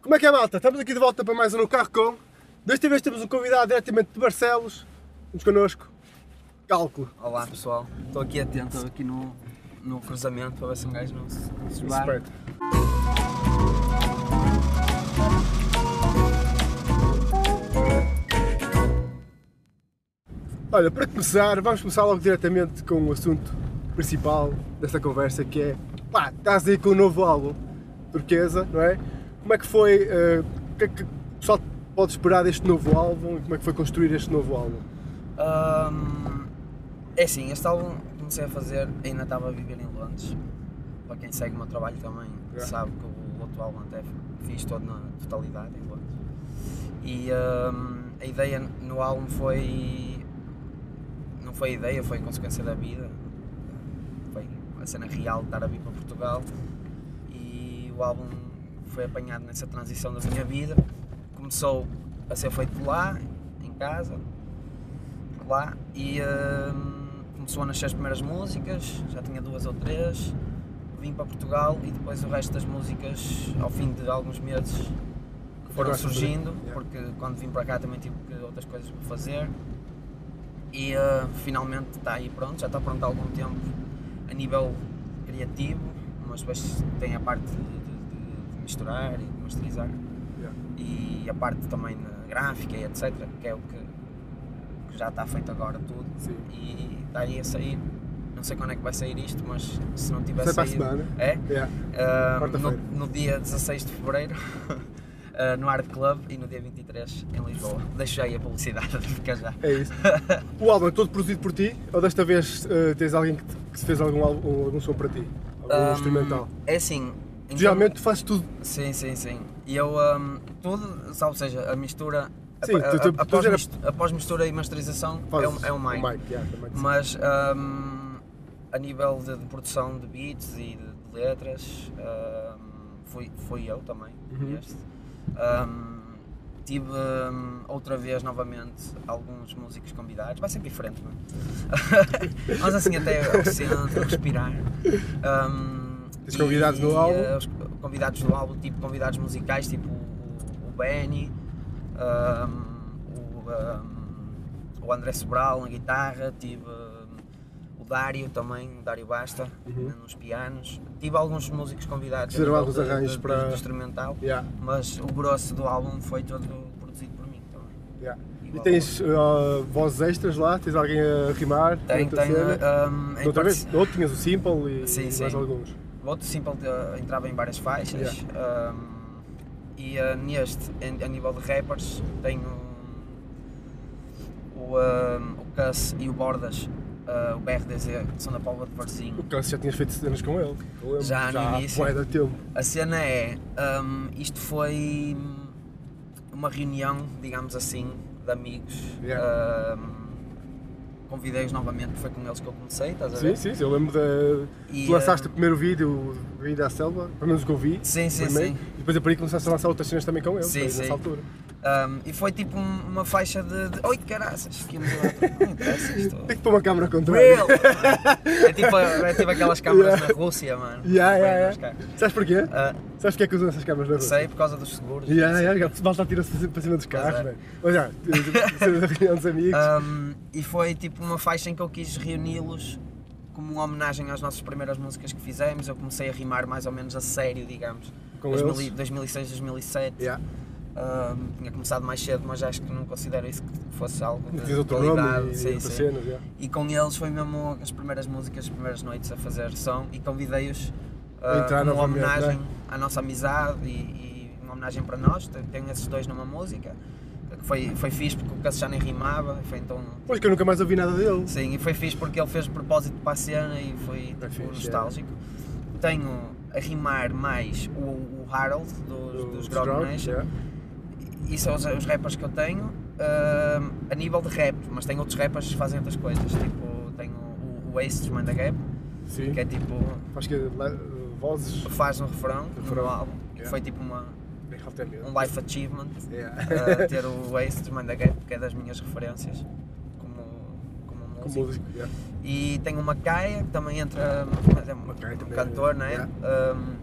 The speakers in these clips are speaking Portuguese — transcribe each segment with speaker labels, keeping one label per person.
Speaker 1: Como é que é, malta? Estamos aqui de volta para mais um No Carro Com. Desta vez temos um convidado diretamente de Barcelos. Vamos connosco. Cálculo.
Speaker 2: Olá pessoal, estou aqui atento, estou aqui no, no cruzamento para ver se um gajo não se não se esbarra.
Speaker 1: Esperto. Olha, para começar, vamos começar logo diretamente com o assunto principal desta conversa que é pá, estás aí com o novo álbum turquesa, não é? Como é que foi? eh, O que é que o pessoal pode esperar deste novo álbum e como é que foi construir este novo álbum?
Speaker 2: Ahm, é assim, este álbum comecei a fazer, ainda estava a viver em Londres. Para quem segue o meu trabalho também
Speaker 1: É.
Speaker 2: sabe que o outro álbum até fiz todo na totalidade em Londres. E ahm, a ideia no álbum foi. Não foi ideia, foi consequência da vida. Foi a cena real de estar a vir para Portugal. E o álbum foi apanhado nessa transição da minha vida. Começou a ser feito lá, em casa, por lá e hum, começou a nascer as primeiras músicas, já tinha duas ou três, vim para Portugal e depois o resto das músicas ao fim de alguns meses foram
Speaker 1: Acabaste por-
Speaker 2: surgindo,
Speaker 1: yeah.
Speaker 2: porque quando vim para cá também tive que- outras coisas para fazer e ah, finalmente está aí pronto, já está pronto há algum tempo a nível criativo, mas depois tem a parte de, de- de- de misturar e de masterizar
Speaker 1: Yeah.
Speaker 2: e a parte também na gráfica e etc, que é o que, que já está feito agora tudo
Speaker 1: Sim.
Speaker 2: e está aí a sair. Não sei quando é que vai sair isto, mas se não tiver
Speaker 1: Sai para a
Speaker 2: saído-
Speaker 1: semana.
Speaker 2: É?
Speaker 1: Yeah.
Speaker 2: Ah,
Speaker 1: Quarta-feira.
Speaker 2: no, no dia 16 de Fevereiro, ah, no Art Club e no dia 23 em Lisboa. Deixo aí a publicidade, fica já.
Speaker 1: É isso. O álbum é todo produzido por ti ou desta vez eh, tens alguém que, te- que se fez algum, álbum- algum som para ti? Algum
Speaker 2: Ah,
Speaker 1: instrumental?
Speaker 2: É assim. então-
Speaker 1: Geralmente tu fazes tudo.
Speaker 2: Sim, sim, sim. E eu, hum, tudo, sabe, ou seja, a mistura, a-
Speaker 1: Sim,
Speaker 2: a-
Speaker 1: tu- tu-
Speaker 2: a-
Speaker 1: tu
Speaker 2: após,
Speaker 1: era-
Speaker 2: mistu- após mistura e masterização é
Speaker 1: Fazes
Speaker 2: um, é um mic.
Speaker 1: yeah, também.
Speaker 2: Mas hum, a nível de, de produção de beats e de, de letras, hum, fui, fui eu também
Speaker 1: Uhum.
Speaker 2: este. Hum, tive hum, outra vez novamente alguns músicos convidados, vai ser diferente, não é? Mas assim até ao centro, respirar. Hum,
Speaker 1: Tens convidados do álbum?
Speaker 2: eh, os convidados do álbum, tipo convidados musicais, tipo o, o Benny, hum, o, hum, o André Sobral na guitarra, tive hum, o Dário também, o Dário Basta,
Speaker 1: Uhum.
Speaker 2: nos pianos. Tive alguns músicos convidados. a
Speaker 1: Fizeram
Speaker 2: nível
Speaker 1: alguns
Speaker 2: de- de-
Speaker 1: arranjos
Speaker 2: de-
Speaker 1: para-
Speaker 2: de instrumental,
Speaker 1: Yeah,
Speaker 2: mas o grosso do álbum foi todo produzido por mim também.
Speaker 1: yeah. E
Speaker 2: Igual
Speaker 1: tens ah, vozes extras lá? Tens alguém a rimar?
Speaker 2: ao- Tem,
Speaker 1: durante a
Speaker 2: tem.
Speaker 1: cena?
Speaker 2: hum, em
Speaker 1: Outra vez?
Speaker 2: parte-
Speaker 1: Ou tinhas o Simple e
Speaker 2: Sim,
Speaker 1: e
Speaker 2: sim.
Speaker 1: mais alguns?
Speaker 2: O outro simple eh, entrava em várias faixas. hum, e eh, neste, em- a nível de rappers, tenho o, hum, o Cuss e o Bordas, eh, o BRDZ, que são da Póvoa de Varzim.
Speaker 1: O Cássio já tinhas feito cenas com ele. eu lembro.
Speaker 2: Já no
Speaker 1: já
Speaker 2: início.
Speaker 1: Vai dar tempo.
Speaker 2: A cena é, hum, isto foi hum, uma reunião, digamos assim, de amigos.
Speaker 1: Yeah.
Speaker 2: Hum, Convidei-os novamente, foi com eles que eu comecei, estás a
Speaker 1: Sim,
Speaker 2: ver?
Speaker 1: sim, sim, eu lembro da.
Speaker 2: Tá E,
Speaker 1: tu lançaste
Speaker 2: hum,
Speaker 1: o primeiro vídeo, o vídeo da Selva, pelo menos o que eu vi.
Speaker 2: Sim, sim,
Speaker 1: primeiro,
Speaker 2: sim.
Speaker 1: E depois a partir começaste a lançar outras cenas também com ele,
Speaker 2: Sim,
Speaker 1: foi
Speaker 2: sim.
Speaker 1: nessa altura.
Speaker 2: Um, e foi tipo um- uma faixa de. de Oi, caraças! Que não interessa isto.
Speaker 1: Tem que pôr uma câmera contrária.
Speaker 2: Real! É tipo, é tipo aquelas câmaras da Rússia, mano.
Speaker 1: Yeah,
Speaker 2: Foi
Speaker 1: yeah,
Speaker 2: nós cá.
Speaker 1: yeah. Sabes porquê?
Speaker 2: Ah,
Speaker 1: Sabes porque é que usam essas câmaras na rua?
Speaker 2: sei, por causa dos seguros.
Speaker 1: Yeah, yeah, o pessoal tira-se para cima dos carros,
Speaker 2: é.
Speaker 1: velho. Mas já, cenas da reunião dos amigos.
Speaker 2: Um, e foi tipo uma faixa em que eu quis reuni-los como uma homenagem às nossas primeiras músicas que fizemos. Eu comecei a rimar mais ou menos a sério, digamos.
Speaker 1: Com
Speaker 2: 2000
Speaker 1: eles?
Speaker 2: 2006, 2007.
Speaker 1: Yeah.
Speaker 2: Um, tinha começado mais cedo, mas acho que não considero isso que fosse algo de
Speaker 1: Tens outro nome
Speaker 2: qualidade.
Speaker 1: e
Speaker 2: Sim,
Speaker 1: outras
Speaker 2: sim.
Speaker 1: cenas, yeah.
Speaker 2: E com eles foi mesmo as primeiras músicas, as primeiras noites a fazer som e convidei-os
Speaker 1: A
Speaker 2: ah,
Speaker 1: entrar
Speaker 2: como uma
Speaker 1: novamente,
Speaker 2: homenagem
Speaker 1: né?
Speaker 2: à nossa amizade e, e uma homenagem para nós. Te- Tenho esses dois numa música. que Foi, foi fixe porque o Cassio já nem rimava. e Foi então,
Speaker 1: Pois que eu nunca mais ouvi nada dele.
Speaker 2: sim, e foi fixe porque ele fez de propósito para a cena e foi
Speaker 1: É
Speaker 2: tipo,
Speaker 1: fixe,
Speaker 2: nostálgico. Tenho a rimar mais o, o Harold dos, dos Grog Nation
Speaker 1: yeah.
Speaker 2: e são os, os rappers que eu tenho ahm, a nível de rap, mas tenho outros rappers que fazem outras coisas, tipo, tenho o, o Ace dos Manda Gap,
Speaker 1: Sim.
Speaker 2: que é tipo,
Speaker 1: Acho que le- vozes
Speaker 2: faz um refrão no
Speaker 1: Refrão.
Speaker 2: meu álbum, que
Speaker 1: Yeah.
Speaker 2: foi tipo uma,
Speaker 1: bem altamente.
Speaker 2: um life achievement,
Speaker 1: Yeah.
Speaker 2: ah, ter o Ace dos Manda Gap, que é das minhas referências, como, como músico.
Speaker 1: Com músico. yeah.
Speaker 2: E tenho uma Caia, que também entra, mas é um,
Speaker 1: Macaia
Speaker 2: um
Speaker 1: também,
Speaker 2: cantor, não é?
Speaker 1: yeah.
Speaker 2: Ahm,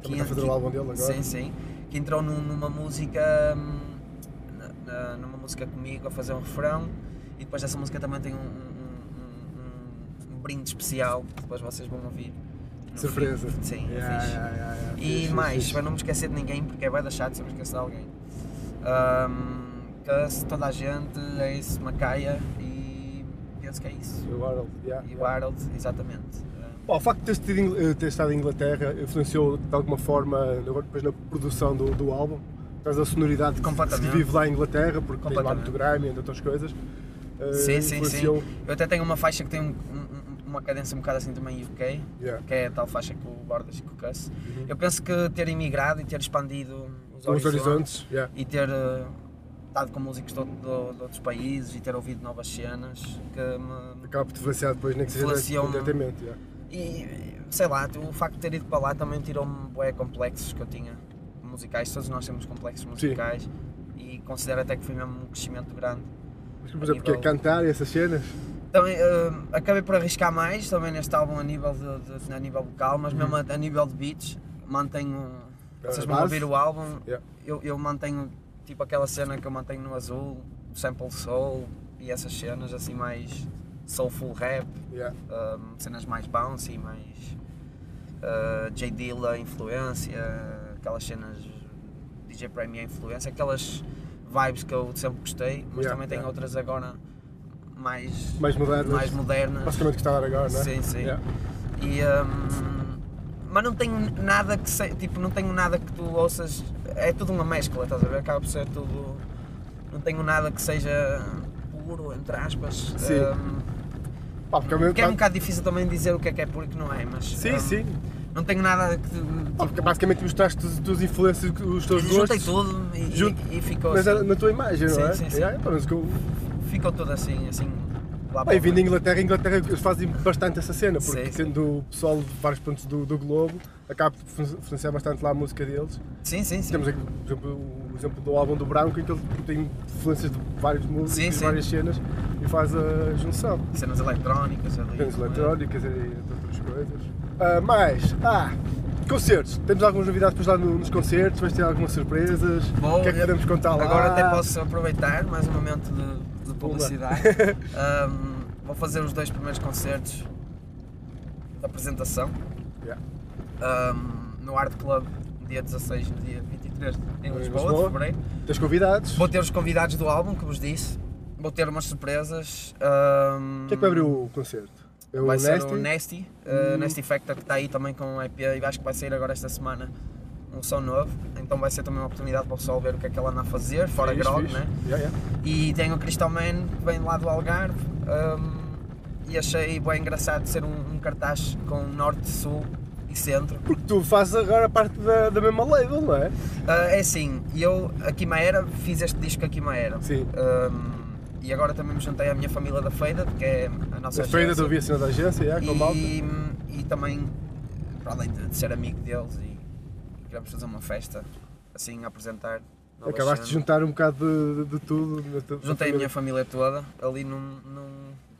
Speaker 1: Também está a tá fazer o álbum dele agora. né?
Speaker 2: Sim, sim. que entrou num- numa música hum, na- na- numa música comigo a fazer um refrão e depois dessa música também tem um, um- um- um- um brinde especial que depois vocês vão ouvir no
Speaker 1: Surpresa.
Speaker 2: fim. sim, é
Speaker 1: Yeah,
Speaker 2: fixe.
Speaker 1: yeah, yeah, yeah.
Speaker 2: E
Speaker 1: Fixe,
Speaker 2: mais,
Speaker 1: fixe.
Speaker 2: para não me esquecer de ninguém, porque é bem chato se eu me esquecer de alguém. Ahm, que se toda a gente, é isso, Macaia e penso que é isso.
Speaker 1: O Harold, yeah,
Speaker 2: E o
Speaker 1: yeah.
Speaker 2: Harold, exatamente. Hum. Ahm,
Speaker 1: Pá, o facto de teres, tido Ingl- eh, teres estado em Inglaterra influenciou de alguma forma agora depois na produção do, do álbum? Estás a sonoridade que- que se
Speaker 2: Completamente.
Speaker 1: vive lá em Inglaterra, porque tem lá
Speaker 2: Completamente.
Speaker 1: muito Grammy e outras coisas. eh,
Speaker 2: Sim, sim, sim.
Speaker 1: influenciou.
Speaker 2: Eu até tenho uma faixa que tem um- um- uma cadência um bocado assim também UK,
Speaker 1: Yeah.
Speaker 2: que é a tal faixa que o Bordas e que o Cuss.
Speaker 1: Uhum.
Speaker 2: Eu penso que ter imigrado e ter expandido os
Speaker 1: Os
Speaker 2: horizontes,
Speaker 1: horizontes, yeah.
Speaker 2: e ter eh, estado com músicos de, outro- de outros países e ter ouvido novas cenas que me,
Speaker 1: acaba por te influenciar depois, nem que seja
Speaker 2: Influenciou-me.
Speaker 1: diretamente. Yeah.
Speaker 2: E sei lá, o facto de ter ido para lá também tirou-me bué complexos que eu tinha musicais, todos nós temos complexos musicais e considero até que foi mesmo um crescimento grande.
Speaker 1: Mas, por exemplo, porque é cantar e essas cenas,
Speaker 2: Também hum, acabei por arriscar mais também neste álbum a nível, de, de- a nível vocal, mas mesmo a, a nível de beats mantenho.
Speaker 1: A
Speaker 2: Vocês vão
Speaker 1: base?
Speaker 2: ouvir o álbum,
Speaker 1: Yeah.
Speaker 2: eu, eu mantenho tipo aquela cena que eu mantenho no azul, sample soul e essas cenas assim mais soulful rap.
Speaker 1: yeah.
Speaker 2: um, cenas mais bouncy, mais uh, J Dilla influência, aquelas cenas DJ Premier influência, aquelas vibes que eu sempre gostei, mas
Speaker 1: Yeah,
Speaker 2: também tenho
Speaker 1: yeah.
Speaker 2: outras agora mais,
Speaker 1: mais modernas.
Speaker 2: mais modernas.
Speaker 1: Basicamente o que está a dar agora, não é?
Speaker 2: Sim, sim.
Speaker 1: Yeah.
Speaker 2: E, um, mas não tenho nada que sei, tipo, não tenho nada que tu ouças, é tudo uma mescla, estás a ver? Acaba por ser tudo. Não tenho nada que seja puro, entre aspas.
Speaker 1: Sim.
Speaker 2: um,
Speaker 1: Pá, porque ao mesmo
Speaker 2: que é um
Speaker 1: tempo-
Speaker 2: bocado difícil também dizer o que é que é puro e o que não é, mas.
Speaker 1: Sim,
Speaker 2: hum,
Speaker 1: sim.
Speaker 2: Não tenho nada que.
Speaker 1: Pá, porque é basicamente mostraste as tuas influências, os teus
Speaker 2: tipo, juntei
Speaker 1: gostos.
Speaker 2: tudo e,
Speaker 1: Junto-
Speaker 2: e ficou
Speaker 1: Mas era
Speaker 2: assim.
Speaker 1: na tua imagem, não
Speaker 2: Sim,
Speaker 1: é?
Speaker 2: sim, sim.
Speaker 1: Yeah, pá, mas que eu- Ah,
Speaker 2: Ficou tudo assim, assim. Lá
Speaker 1: Bem,
Speaker 2: para
Speaker 1: vindo da
Speaker 2: baixo.
Speaker 1: Inglaterra, a Inglaterra eles fazem bastante essa cena, porque
Speaker 2: Sim, sim.
Speaker 1: tendo o pessoal de vários pontos do, do globo, acaba por influ- influenciar bastante lá a música deles.
Speaker 2: Sim, sim, sim.
Speaker 1: Temos aqui, por exemplo, o exemplo do álbum do Branco, em que ele tem influências de vários músicos,
Speaker 2: Sim,
Speaker 1: e
Speaker 2: sim.
Speaker 1: várias cenas, e faz a junção.
Speaker 2: Cenas eletrónicas ali.
Speaker 1: Cenas
Speaker 2: não é?
Speaker 1: eletrónicas e outras coisas. Ah, mais, ah, concertos. Temos algumas novidades depois lá no- nos concertos, vais ter algumas surpresas.
Speaker 2: Bom,
Speaker 1: o que é que
Speaker 2: eu-
Speaker 1: podemos contar lá?
Speaker 2: Agora até posso aproveitar mais um momento de, de publicidade. Hum, vou fazer os dois primeiros concertos da apresentação
Speaker 1: Yeah.
Speaker 2: hum, no Art Club, dia 16 e dia 23 em
Speaker 1: Em
Speaker 2: Lisboa, de
Speaker 1: Lisboa.
Speaker 2: fevereiro.
Speaker 1: Tens convidados.
Speaker 2: Vou ter os convidados do álbum, que vos disse. Vou ter umas surpresas. ahm,
Speaker 1: O que é que vai abrir o concerto? É o
Speaker 2: vai ser
Speaker 1: Nasty?
Speaker 2: o Nasty, eh,
Speaker 1: Hum.
Speaker 2: Nasty Factor, que está aí também com um EP e acho que vai sair agora esta semana um som novo. Então vai ser também uma oportunidade para o pessoal ver o que é que ela anda a fazer, fora
Speaker 1: Fixe,
Speaker 2: grog,
Speaker 1: É fixe.
Speaker 2: né?
Speaker 1: Yeah, yeah.
Speaker 2: E tem o Crystal Man, que vem lá do Algarve. ahm, e achei bem engraçado ser um, um cartaz com norte, sul e centro.
Speaker 1: Porque tu fazes agora parte da, da mesma label, não é?
Speaker 2: Ah, é assim, eu, a Quimaera, fiz este disco a Quimaera.
Speaker 1: Sim.
Speaker 2: Um, e agora também me juntei à minha família da Feida, que é a nossa
Speaker 1: A feira
Speaker 2: agência.
Speaker 1: da a cena da agência, yeah, com a malta.
Speaker 2: e, e também, para além de, de ser amigo deles, e queremos fazer uma festa, assim, a apresentar. novas
Speaker 1: Acabaste de
Speaker 2: cenas.
Speaker 1: juntar um bocado de, de- de tudo. na tua-
Speaker 2: Juntei a
Speaker 1: na
Speaker 2: minha
Speaker 1: tua-
Speaker 2: família toda ali num, num,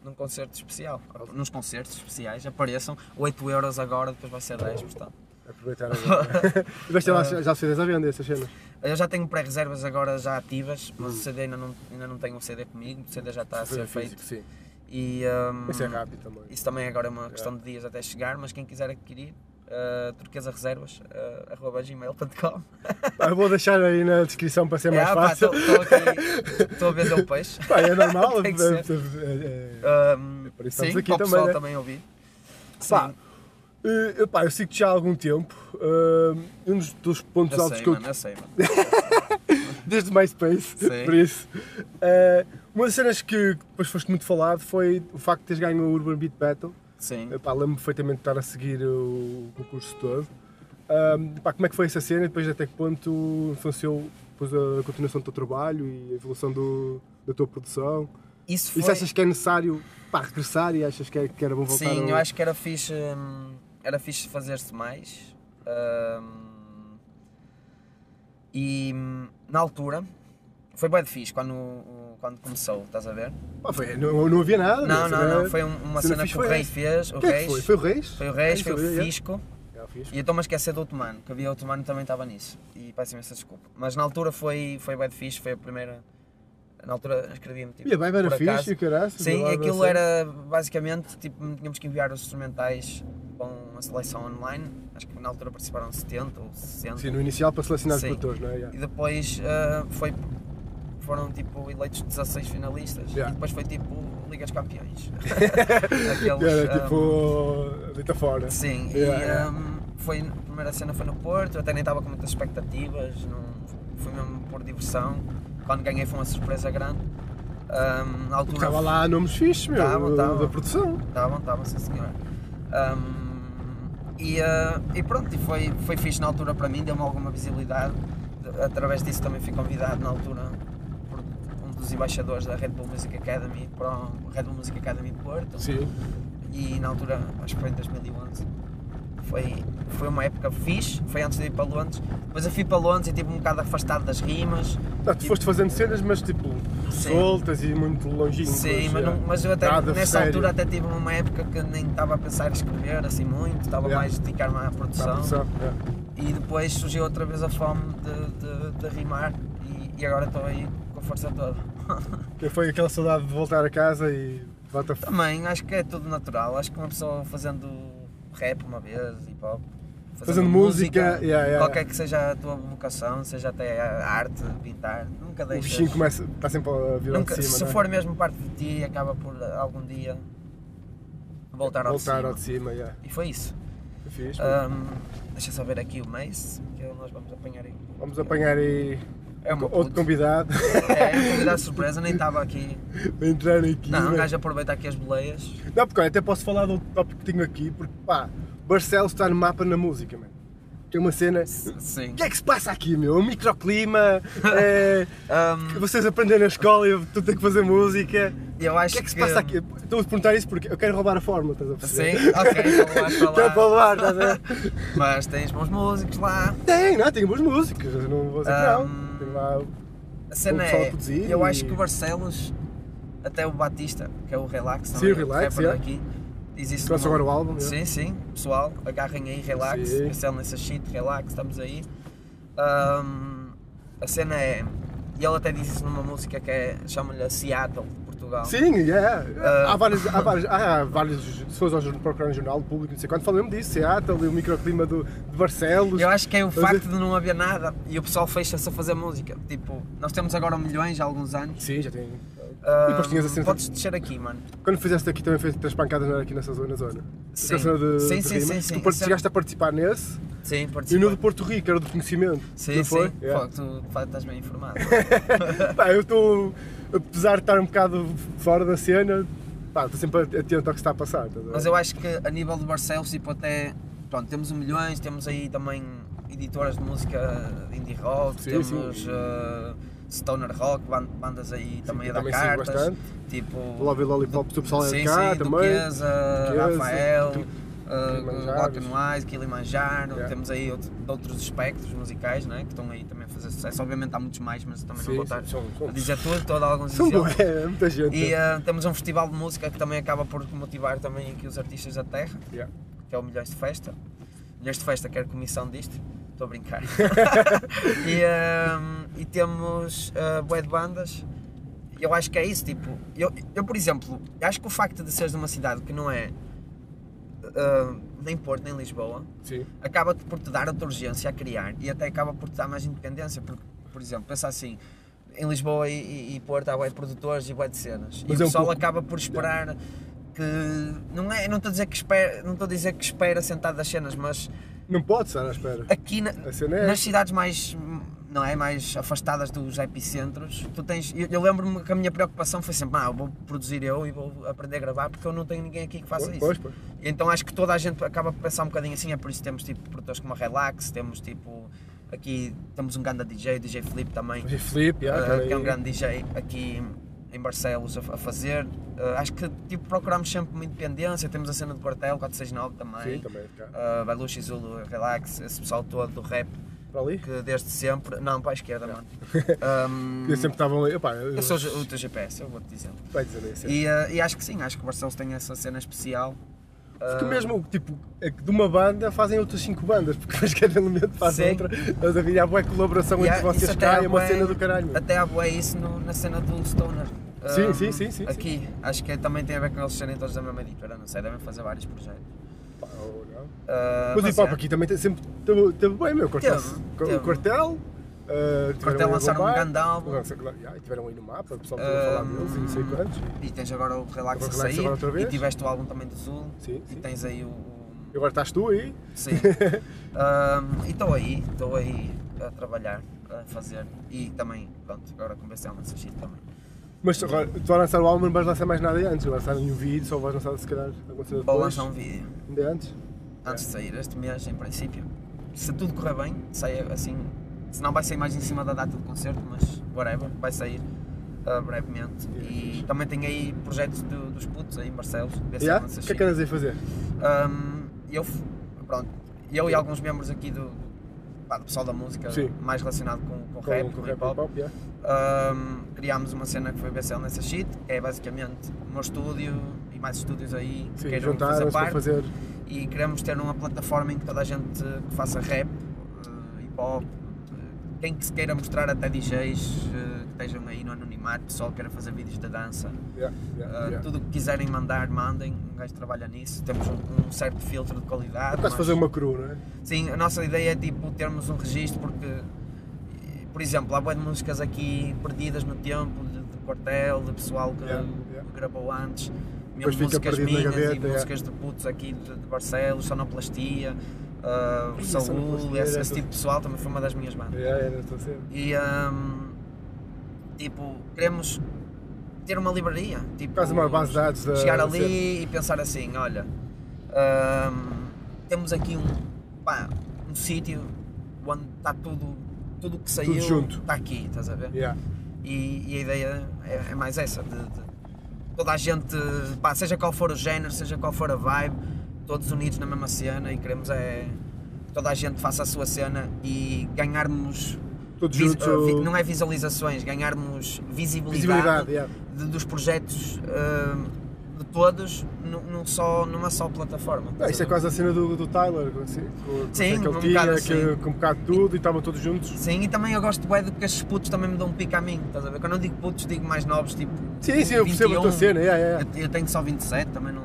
Speaker 2: num concerto especial. Nos concertos especiais, apareçam 8 euros agora, depois vai ser 10, portanto.
Speaker 1: Aproveitar agora. e vais ter
Speaker 2: Ah.
Speaker 1: lá, já se fez à venda essas cenas.
Speaker 2: Eu já tenho pré-reservas agora já ativas, mas o CD ainda não, ainda não tenho o CD comigo, o CD já está a ser feito.
Speaker 1: Hum. Sim.
Speaker 2: E, um,
Speaker 1: Isso é rápido também.
Speaker 2: Isso também agora é uma questão de dias até chegar, mas quem quiser adquirir, uh, turquesareservas, uh, arroba gmail.com.
Speaker 1: Pá, eu vou deixar aí na descrição para ser É mais
Speaker 2: É, Ah,
Speaker 1: fácil.
Speaker 2: Estou a vender o peixe.
Speaker 1: Pá, é normal.
Speaker 2: então. Tem que
Speaker 1: é-
Speaker 2: ser.
Speaker 1: é- é-
Speaker 2: Um,
Speaker 1: Por isso
Speaker 2: sim,
Speaker 1: estamos aqui
Speaker 2: para o pessoal
Speaker 1: também, né?
Speaker 2: também ouvir.
Speaker 1: Pá,
Speaker 2: Sim,
Speaker 1: eh, pá, eu sigo-te já há algum tempo. eh, Um dos- dos pontos
Speaker 2: eu
Speaker 1: altos
Speaker 2: sei,
Speaker 1: que eu
Speaker 2: mano, eu sei, mano.
Speaker 1: desde MySpace,
Speaker 2: Sim.
Speaker 1: por isso. Eh, uma das cenas que depois foste muito falado foi o facto de teres ganho o Urban Beat Battle.
Speaker 2: Sim.
Speaker 1: Eh, pá, Lembro-me perfeitamente de estar a seguir o concurso todo. Ahm, pá, como é que foi essa cena e depois até que ponto influenciou depois a continuação do teu trabalho e a evolução do- da tua produção?
Speaker 2: Isso
Speaker 1: E
Speaker 2: foi...
Speaker 1: se achas que é necessário pá, regressar e achas que, é- que era bom voltar?
Speaker 2: Sim,
Speaker 1: ao-
Speaker 2: eu acho que era fixe, hum, era fixe fazer-se mais. Hum, e hum, na altura foi bem fixe quando, o- quando começou, estás a ver?
Speaker 1: Pá, foi- não, não havia nada.
Speaker 2: Não,
Speaker 1: essa
Speaker 2: não,
Speaker 1: era-
Speaker 2: não, foi um- uma
Speaker 1: Cena
Speaker 2: cena
Speaker 1: fixe
Speaker 2: que o
Speaker 1: foi
Speaker 2: Rei
Speaker 1: essa.
Speaker 2: fez, o
Speaker 1: Quem é que
Speaker 2: Reis,
Speaker 1: foi? Foi o Reis? É
Speaker 2: foi o Reis, foi
Speaker 1: Quem
Speaker 2: o
Speaker 1: sabia?
Speaker 2: Fisco,
Speaker 1: Yeah, fixe.
Speaker 2: E eu estou-me a esquecer do Otomano, que havia Otomano também estava nisso. E peço imensa desculpa. Mas na altura foi, foi bad fixe, foi a primeira. Na altura escrevia-me tipo.
Speaker 1: E a vibe era
Speaker 2: por acaso.
Speaker 1: fixe, caralho.
Speaker 2: Sim, é aquilo era basicamente tipo, tínhamos que enviar os instrumentais para uma seleção online. Acho que na altura participaram 70 ou 60.
Speaker 1: Sim, no inicial para selecionar os
Speaker 2: Sim.
Speaker 1: produtores, não é? Yeah.
Speaker 2: E depois ah, foi, foram tipo eleitos 16 finalistas.
Speaker 1: Yeah.
Speaker 2: E depois foi tipo Liga dos Campeões.
Speaker 1: Era
Speaker 2: ah,
Speaker 1: tipo. deita fora.
Speaker 2: Sim,
Speaker 1: Yeah,
Speaker 2: e
Speaker 1: yeah.
Speaker 2: hum, foi, a primeira cena foi no Porto, eu até nem estava com muitas expectativas, não, fui mesmo por diversão. Quando ganhei foi uma surpresa grande. Hum, na altura
Speaker 1: Estava lá nomes fixes, meu,
Speaker 2: Tava, tava.
Speaker 1: da produção.
Speaker 2: Estavam, estavam, sim senhor. Hum, e, ah, e pronto, e foi, foi fixe na altura para mim, deu-me alguma visibilidade. De- Através disso também fui convidado na altura por um dos embaixadores da Red Bull Music Academy para o Red Bull Music Academy de Porto
Speaker 1: Sim.
Speaker 2: e na altura, acho que foi em 2011, foi, foi uma época fixe, foi antes de ir para Londres, depois eu fui para Londres e tive um bocado afastado das rimas,
Speaker 1: Não, Tá, tu foste fazendo cenas, mas tipo,
Speaker 2: Sim.
Speaker 1: soltas e muito longínquas.
Speaker 2: sim, mas,
Speaker 1: yeah.
Speaker 2: não- mas eu até
Speaker 1: é Nada
Speaker 2: nessa
Speaker 1: sério.
Speaker 2: altura até tive uma época que nem estava a pensar em escrever assim muito, estava
Speaker 1: Yeah.
Speaker 2: mais a dedicar-me à
Speaker 1: Tá,
Speaker 2: produção,
Speaker 1: produção, yeah.
Speaker 2: e depois surgiu outra vez a fome de, de, de rimar e, e agora estou aí com a força toda.
Speaker 1: Que Foi aquela saudade de voltar a casa e volta a
Speaker 2: Também acho que é tudo natural, acho que uma pessoa fazendo rap uma vez, hip hop,
Speaker 1: Fazendo música, yeah, yeah.
Speaker 2: qualquer que seja a tua vocação, seja até a arte, pintar, nunca
Speaker 1: O
Speaker 2: deixes.
Speaker 1: bichinho começa, está sempre a virar
Speaker 2: nunca,
Speaker 1: de cima.
Speaker 2: se
Speaker 1: não é?
Speaker 2: for mesmo parte de ti, acaba por eh, algum dia voltar ao de
Speaker 1: voltar
Speaker 2: cima.
Speaker 1: ao de cima, yeah.
Speaker 2: E foi isso.
Speaker 1: Fiz,
Speaker 2: Ah. Ahm, deixa só ver aqui o Mace, que nós vamos apanhar aí.
Speaker 1: Vamos apanhar aí
Speaker 2: É uma
Speaker 1: outro
Speaker 2: puta.
Speaker 1: convidado
Speaker 2: É, é um convidado surpresa, nem estava aqui.
Speaker 1: para entrar aqui.
Speaker 2: Não, um
Speaker 1: mas-
Speaker 2: gajo é- aproveita aqui as boleias.
Speaker 1: Não, porque olha, até posso falar de outro tópico que tenho aqui, porque pá, Barcelos está no mapa na música, mano. Tem uma cena. O
Speaker 2: Sim.
Speaker 1: que é que se passa aqui, meu? Um microclima, é,
Speaker 2: Ahm,
Speaker 1: que vocês aprendem na escola e tu tens que fazer música.
Speaker 2: eu
Speaker 1: O
Speaker 2: acho
Speaker 1: que é que se passa aqui? Estou a perguntar isso porque eu quero roubar a fórmula, estás a
Speaker 2: Sim,
Speaker 1: perceber?
Speaker 2: ok, então vais para lá.
Speaker 1: Quero roubar, estás a ver?
Speaker 2: Mas tens bons músicos lá.
Speaker 1: Tem, não, tem boas músicas, eu não vou dizer que não.
Speaker 2: Ahm,
Speaker 1: Tem lá o-
Speaker 2: A cena
Speaker 1: O pessoal a
Speaker 2: é.
Speaker 1: produzir
Speaker 2: Eu
Speaker 1: e-
Speaker 2: acho que o Barcelos, até o Batista, que é o Relax,
Speaker 1: Sim,
Speaker 2: também,
Speaker 1: o Relax,
Speaker 2: rapper
Speaker 1: é.
Speaker 2: daqui, diz isso.
Speaker 1: Trouxe
Speaker 2: numa-
Speaker 1: agora o álbum, é.
Speaker 2: Sim, sim, pessoal, agarrem aí, relax,
Speaker 1: Sim.
Speaker 2: cancel nessa shit, relax, estamos aí. Ahm, a cena é. E ele até diz isso numa música que é. chama-lhe a Seattle de Portugal.
Speaker 1: Sim, yeah.
Speaker 2: Ah.
Speaker 1: há várias, há várias, há várias, se fores ao jornal, procurar no jornal público, não sei quando, falam disso, Seattle e o microclima do, de Barcelos.
Speaker 2: Eu acho que é o
Speaker 1: Mas
Speaker 2: facto de não haver nada e o pessoal fecha-se a fazer música. Tipo, nós temos agora milhões há alguns anos.
Speaker 1: Sim, já tem.
Speaker 2: Ahm,
Speaker 1: depois tinhas a cena-
Speaker 2: Podes descer aqui, mano.
Speaker 1: Quando fizeste aqui também fez três pancadas não era aqui nessa zona, na zona.
Speaker 2: Sim.
Speaker 1: A cena de,
Speaker 2: Sim,
Speaker 1: de
Speaker 2: sim,
Speaker 1: rimas.
Speaker 2: sim, sim.
Speaker 1: Tu part-
Speaker 2: Isso é-
Speaker 1: chegaste a participar nesse
Speaker 2: Sim,
Speaker 1: e no
Speaker 2: participei.
Speaker 1: de Porto Rico, era do conhecimento.
Speaker 2: Sim,
Speaker 1: não
Speaker 2: sim.
Speaker 1: foi?
Speaker 2: Pô,
Speaker 1: Yeah.
Speaker 2: tu de facto, estás bem informado.
Speaker 1: Pá, eu estou, apesar de estar um bocado fora da cena, pá, estou sempre atento ao que está a passar. estás a ver?
Speaker 2: Mas eu acho que a nível de Barcelos, tipo, até. Pronto, temos o milhões, temos aí também editoras de música indie rock,
Speaker 1: Sim,
Speaker 2: temos
Speaker 1: sim.
Speaker 2: eh, stoner rock, ban- bandas aí também
Speaker 1: eu
Speaker 2: a dar
Speaker 1: também sigo
Speaker 2: cartas.
Speaker 1: bastante.
Speaker 2: Tipo.
Speaker 1: Love e Lollipop, o pessoal é de
Speaker 2: sim,
Speaker 1: cá
Speaker 2: sim,
Speaker 1: também.
Speaker 2: Duquesa,
Speaker 1: Duquesa,
Speaker 2: Rafael,
Speaker 1: Ki-
Speaker 2: eh,
Speaker 1: Kilimanjaro.
Speaker 2: Rock and Wise, Kilimanjaro,
Speaker 1: Yeah.
Speaker 2: temos aí outro- de outros espectros musicais, né, que estão aí também a fazer sucesso. Obviamente há muitos mais, mas também
Speaker 1: Sim,
Speaker 2: não vou
Speaker 1: sim,
Speaker 2: estar
Speaker 1: são-
Speaker 2: a
Speaker 1: são-
Speaker 2: dizer tudo, todo alguns
Speaker 1: São
Speaker 2: exemplos.
Speaker 1: boas, é muita gente.
Speaker 2: E ah, temos um festival de música que também acaba por motivar também aqui os artistas da terra,
Speaker 1: Yeah.
Speaker 2: que é o Milhões de Festa. Milhões de Festa quer comissão disto, estou a brincar. e, ah, e temos uh, bué de bandas. Eu acho que é isso, tipo, eu, eu por exemplo, acho que o facto de seres de uma cidade que não é ah, nem Porto nem Lisboa,
Speaker 1: Sim.
Speaker 2: acaba por te dar outra urgência a criar e até acaba por te dar mais independência. Porque, por exemplo, pensa assim, em Lisboa e, e, e Porto há bué de produtores e bué de cenas.
Speaker 1: Mas
Speaker 2: e
Speaker 1: é
Speaker 2: o
Speaker 1: um
Speaker 2: pessoal
Speaker 1: pouco-
Speaker 2: acaba por esperar que. Não é, não estou a dizer que espera, não estou a dizer que espera sentado das cenas, mas
Speaker 1: Não pode estar à espera.
Speaker 2: aqui na-
Speaker 1: A cena é
Speaker 2: nas cidades mais não é mais afastadas dos epicentros tu tens eu, eu lembro-me que a minha preocupação foi sempre ah, eu vou produzir eu e vou aprender a gravar porque eu não tenho ninguém aqui que faça
Speaker 1: Pois,
Speaker 2: isso
Speaker 1: pois, pois.
Speaker 2: E então acho que toda a gente acaba por pensar um bocadinho assim é por isso que temos tipo produtores como a Relax temos tipo aqui temos um grande DJ o DJ Felipe também
Speaker 1: E Filipe,
Speaker 2: ah,
Speaker 1: yeah, cara,
Speaker 2: que é um
Speaker 1: e-
Speaker 2: grande DJ aqui em Barcelos a, a fazer Ah, acho que tipo procuramos sempre uma independência temos a cena do quartel 469 também
Speaker 1: Sim, também. Cara.
Speaker 2: uh, Baluchi, Zulu, Relax, esse pessoal todo do rap
Speaker 1: Para ali?
Speaker 2: que desde sempre. Não, para a esquerda, mano. Um,
Speaker 1: Eu sempre estavam ali. Epá,
Speaker 2: eu sou o teu GPS, eu vou-te dizer. eh,
Speaker 1: Vai dizer isso. é.
Speaker 2: E, uh, e acho que sim, acho que o Barcelos tem essa cena especial.
Speaker 1: Porque mesmo, tipo, é que de uma banda fazem outras cinco bandas, porque depois cada elemento faz
Speaker 2: Sim.
Speaker 1: outra. Estás a ver? E há boa colaboração
Speaker 2: E há-
Speaker 1: entre vocês
Speaker 2: isso até
Speaker 1: cá,
Speaker 2: há
Speaker 1: é uma
Speaker 2: bué-
Speaker 1: cena do caralho. meu.
Speaker 2: Até há bué isso no- na cena do Stoner.
Speaker 1: Sim,
Speaker 2: Ahm,
Speaker 1: sim, sim, sim,
Speaker 2: Aqui, acho que é, também tem a ver com eles serem todos da mesma editora, não sei, devem fazer vários projetos.
Speaker 1: Pá, ou não.
Speaker 2: Ah,
Speaker 1: Mas o hip hop
Speaker 2: é.
Speaker 1: aqui também tem- sempre teve, teve bem, meu. Quartel,
Speaker 2: Teve,
Speaker 1: co-
Speaker 2: teve.
Speaker 1: O quartel. Uh,
Speaker 2: Quartel lançaram um grande álbum. Eh,
Speaker 1: E tiveram aí no mapa, o pessoal teve a falar
Speaker 2: Ahm,
Speaker 1: deles e não sei quantos.
Speaker 2: E tens agora o Relax
Speaker 1: O
Speaker 2: a
Speaker 1: Relax
Speaker 2: sair,
Speaker 1: agora outra
Speaker 2: e
Speaker 1: vez.
Speaker 2: tiveste o álbum também do Zul,
Speaker 1: Sim,
Speaker 2: e
Speaker 1: sim.
Speaker 2: tens aí o... o-
Speaker 1: E agora estás tu aí.
Speaker 2: Sim. Ahm, e estou aí, estou aí a trabalhar, a fazer, e também, pronto, agora comecei a lançar shit também.
Speaker 1: Mas agora, tu vais lançar o álbum, não vais lançar mais nada antes. Não vais lançar nenhum vídeo, só vais lançar se calhar alguma cena
Speaker 2: Vou
Speaker 1: depois.
Speaker 2: lançar um vídeo,
Speaker 1: Ainda antes.
Speaker 2: antes de sair este mês, em princípio. Se tudo correr bem, sai assim, se não vai sair mais em cima da data do concerto, mas whatever, vai sair ah, brevemente.
Speaker 1: É,
Speaker 2: E
Speaker 1: fixe.
Speaker 2: também tenho aí projetos do- dos putos aí, Barcelos, desse
Speaker 1: Yeah?
Speaker 2: lança
Speaker 1: O que é
Speaker 2: shit.
Speaker 1: que andas aí a fazer?
Speaker 2: Hum, eu, f- pronto, eu e alguns membros aqui do, pá, do pessoal da música,
Speaker 1: Sim.
Speaker 2: mais relacionado com, com, rap, com, hip hop,
Speaker 1: yeah.
Speaker 2: hum, criámos uma cena que foi BCL nessa shit, que é basicamente o meu estúdio e mais estúdios aí que
Speaker 1: Sim,
Speaker 2: queiram um fazer
Speaker 1: juntaram-se para
Speaker 2: parte
Speaker 1: fazer.
Speaker 2: e queremos ter uma plataforma em que toda a gente que faça rap, eh, hip hop, eh, quem que se queira mostrar até DJs eh, que estejam aí no anonimato, pessoal que queira fazer vídeos da dança.
Speaker 1: Yeah, yeah,
Speaker 2: Uh,
Speaker 1: yeah.
Speaker 2: Tudo o que quiserem mandar, mandem. Um gajo trabalha nisso. Temos um, um certo filtro de qualidade.
Speaker 1: Quase
Speaker 2: mas-
Speaker 1: fazer uma cru, não é?
Speaker 2: Sim, a nossa ideia é tipo termos um registro porque, por exemplo, há boas de músicas aqui perdidas no tempo, de, de quartel, de pessoal que
Speaker 1: Yeah, yeah.
Speaker 2: gravou antes.
Speaker 1: Depois
Speaker 2: Mesmo
Speaker 1: fica
Speaker 2: músicas
Speaker 1: perdido na
Speaker 2: minhas
Speaker 1: gaveta,
Speaker 2: e
Speaker 1: yeah.
Speaker 2: músicas de putos aqui de, de Barcelos, sonoplastia, uh,
Speaker 1: Ih,
Speaker 2: o Saúl,
Speaker 1: Sonoplastia,
Speaker 2: esse,
Speaker 1: era
Speaker 2: esse tipo de pessoal também foi uma das minhas bandas.
Speaker 1: Yeah, yeah, estou a ser.
Speaker 2: E hum, tipo, queremos ter uma livraria. Tipo,
Speaker 1: Quase uma base de dados da-
Speaker 2: Chegar
Speaker 1: da
Speaker 2: ali
Speaker 1: cena.
Speaker 2: e pensar assim: olha, hum, temos aqui um, pá, um sítio onde está tudo, tudo o que saiu
Speaker 1: junto.
Speaker 2: está aqui, estás a ver?
Speaker 1: Yeah.
Speaker 2: E, e a ideia é, é mais essa: de, de toda a gente, pá, seja qual for o género, seja qual for a vibe, todos unidos na mesma cena e queremos é que toda a gente faça a sua cena e ganharmos
Speaker 1: Todos
Speaker 2: Vis-
Speaker 1: juntos.
Speaker 2: uh, vi-
Speaker 1: ou-
Speaker 2: não é visualizações, ganharmos visibilidade,
Speaker 1: Visibilidade, yeah.
Speaker 2: de- dos projetos uh, de todos num, num só, numa só plataforma.
Speaker 1: Não, isso é
Speaker 2: Estás a ver?
Speaker 1: quase a cena do, do Tyler, com, assim, com, com
Speaker 2: Sim,
Speaker 1: que
Speaker 2: um
Speaker 1: ele tinha,
Speaker 2: bocado
Speaker 1: que,
Speaker 2: assim.
Speaker 1: com um bocado de tudo e estavam todos juntos.
Speaker 2: Sim, e também eu gosto bué de que estes putos também me dão um pico a mim, estás a ver? Quando eu digo putos, digo mais novos, tipo.
Speaker 1: Sim, sim, eu percebo a tua
Speaker 2: 21.
Speaker 1: cena, yeah, yeah, yeah.
Speaker 2: Eu, eu tenho só 27, também não.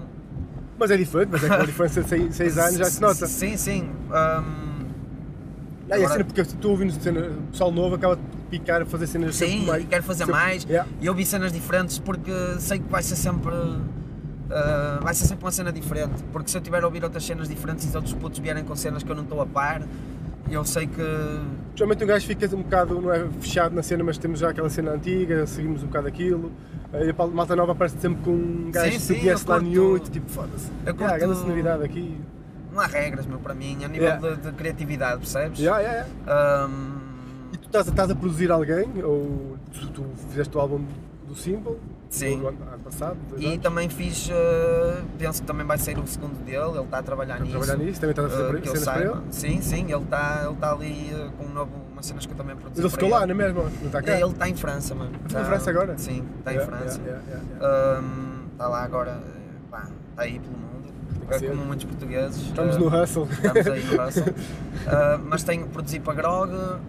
Speaker 1: mas é diferente, mas é que a diferença de 6 anos já se nota.
Speaker 2: Sim, sim. hum,
Speaker 1: Ah, e a
Speaker 2: agora-
Speaker 1: cena, porque tu ouvindo cena, o pessoal novo acaba de picar a fazer cenas
Speaker 2: Sim,
Speaker 1: sempre mais.
Speaker 2: e quero fazer
Speaker 1: sempre-
Speaker 2: mais.
Speaker 1: Yeah.
Speaker 2: E eu vi cenas diferentes porque sei que vai ser sempre. ah, vai ser sempre uma cena diferente. Porque se eu tiver a ouvir outras cenas diferentes e se outros putos vierem com cenas que eu não estou a par, eu sei que.
Speaker 1: Geralmente um gajo fica um bocado, não é fechado na cena, mas temos já aquela cena antiga, seguimos um bocado aquilo. Aí a pal- malta nova aparece sempre com um gajo
Speaker 2: Sim,
Speaker 1: que
Speaker 2: sim,
Speaker 1: não conhece
Speaker 2: eu
Speaker 1: lá
Speaker 2: curto-
Speaker 1: nenhum e tu tipo, foda-se.
Speaker 2: eu
Speaker 1: Yeah, grande
Speaker 2: curto-
Speaker 1: sonoridade aqui.
Speaker 2: Não há regras, meu, para mim, a nível
Speaker 1: Yeah.
Speaker 2: de, de criatividade, percebes? Um,
Speaker 1: Yeah, yeah, yeah.
Speaker 2: Ahm,
Speaker 1: E tu estás, a- estás a produzir alguém? Ou tu, tu fizeste o álbum do Simple?
Speaker 2: Sim.
Speaker 1: Do ano, ano passado? dois
Speaker 2: e
Speaker 1: anos?
Speaker 2: também fiz. ah, penso que também vai sair o segundo dele, ele está a trabalhar
Speaker 1: Estás a
Speaker 2: nisso.
Speaker 1: trabalhar nisso? Também estás a
Speaker 2: ah,
Speaker 1: fazer
Speaker 2: que
Speaker 1: pre-
Speaker 2: ele
Speaker 1: cenas para
Speaker 2: saiba.
Speaker 1: ele?
Speaker 2: Sim, sim, ele está ele tá ali ah, com um novo, umas cenas que eu também
Speaker 1: Mas
Speaker 2: produzi.
Speaker 1: ele
Speaker 2: para
Speaker 1: ficou lá, não é mesmo? Não está cá?
Speaker 2: É, ele está em França, mano. Tá-
Speaker 1: Está em França agora?
Speaker 2: Sim, está em
Speaker 1: Yeah,
Speaker 2: França.
Speaker 1: yeah, yeah, yeah, yeah.
Speaker 2: Ahm, Está lá agora, pá, está aí pelo mundo, É
Speaker 1: Tem que ser.
Speaker 2: como muitos portugueses.
Speaker 1: Estamos
Speaker 2: Ah,
Speaker 1: no hustle.
Speaker 2: Estamos aí no Russell. Ah, mas tenho produzi para Grog, ah,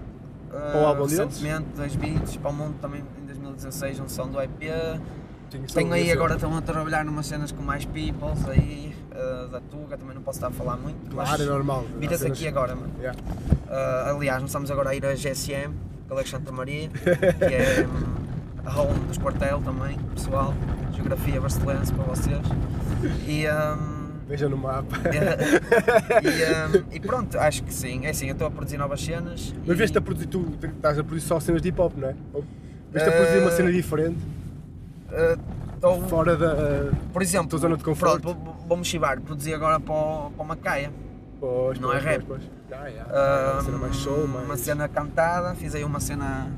Speaker 1: Para o álbum deles?
Speaker 2: recentemente, dois beats, para o mundo também em 2016, um som do EP.
Speaker 1: Tenho só
Speaker 2: Tenho aí
Speaker 1: esse.
Speaker 2: agora, estão a trabalhar numas cenas com mais peoples aí, ah, da Tuga, também não posso estar a falar muito.
Speaker 1: Claro, é
Speaker 2: mas
Speaker 1: normal.
Speaker 2: Viras
Speaker 1: Há cenas-
Speaker 2: aqui agora, mano.
Speaker 1: Yeah.
Speaker 2: Ah, aliás, nós estamos agora a ir a GSM, Collection de é Maria, que é hum, a home dos quartel também, pessoal, geografia barcelense para vocês. E, hum,
Speaker 1: Veja no mapa.
Speaker 2: e, hum, e pronto, acho que sim. É assim, eu estou a produzir novas cenas. e-
Speaker 1: Mas veste a produzir, tu estás a produzir só cenas de hip hop, não é? Ou Veste a produzir
Speaker 2: Eh,
Speaker 1: uma cena diferente,
Speaker 2: ah, estou-
Speaker 1: fora da. eh,
Speaker 2: por exemplo,
Speaker 1: tua zona de conforto.
Speaker 2: pronto, vou- vou- vou-me chivar, produzi agora para, o- para uma caia.
Speaker 1: Pois,
Speaker 2: Não é
Speaker 1: pois,
Speaker 2: rap.
Speaker 1: pois, pois. Ah, yeah.
Speaker 2: Ah,
Speaker 1: uma cena mais show, mais.
Speaker 2: Uma cena cantada, fiz aí uma cena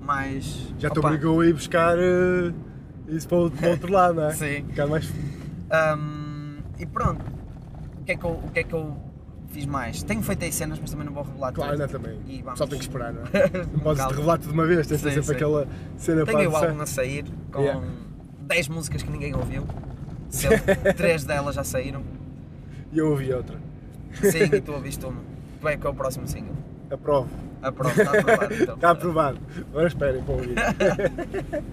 Speaker 2: mais.
Speaker 1: Já te
Speaker 2: Opa,
Speaker 1: obrigou a ir buscar eh, isso para o para o outro lado, não é?
Speaker 2: Sim.
Speaker 1: Um bocado mais.
Speaker 2: Hum, e pronto, o que, é que eu, o que é que eu fiz mais? Tenho feito aí cenas, mas também não vou revelar
Speaker 1: Claro, não é
Speaker 2: tudo.
Speaker 1: também.
Speaker 2: E vamos.
Speaker 1: Só tem que esperar, não é?
Speaker 2: Um
Speaker 1: Não podes te
Speaker 2: bocado.
Speaker 1: revelar tudo de uma vez, tens de
Speaker 2: Sim,
Speaker 1: ter
Speaker 2: sim.
Speaker 1: sempre aquela cena
Speaker 2: Tenho aí o
Speaker 1: para
Speaker 2: álbum a sair com
Speaker 1: Yeah.
Speaker 2: 10 músicas que ninguém ouviu, sendo que 3 delas já saíram.
Speaker 1: E eu ouvi outra.
Speaker 2: Sim, e tu ouviste uma. Bem, que é o próximo single.
Speaker 1: Aprovo.
Speaker 2: Aprovo, está aprovado então.
Speaker 1: Está Tá aprovado. Agora esperem para ouvir.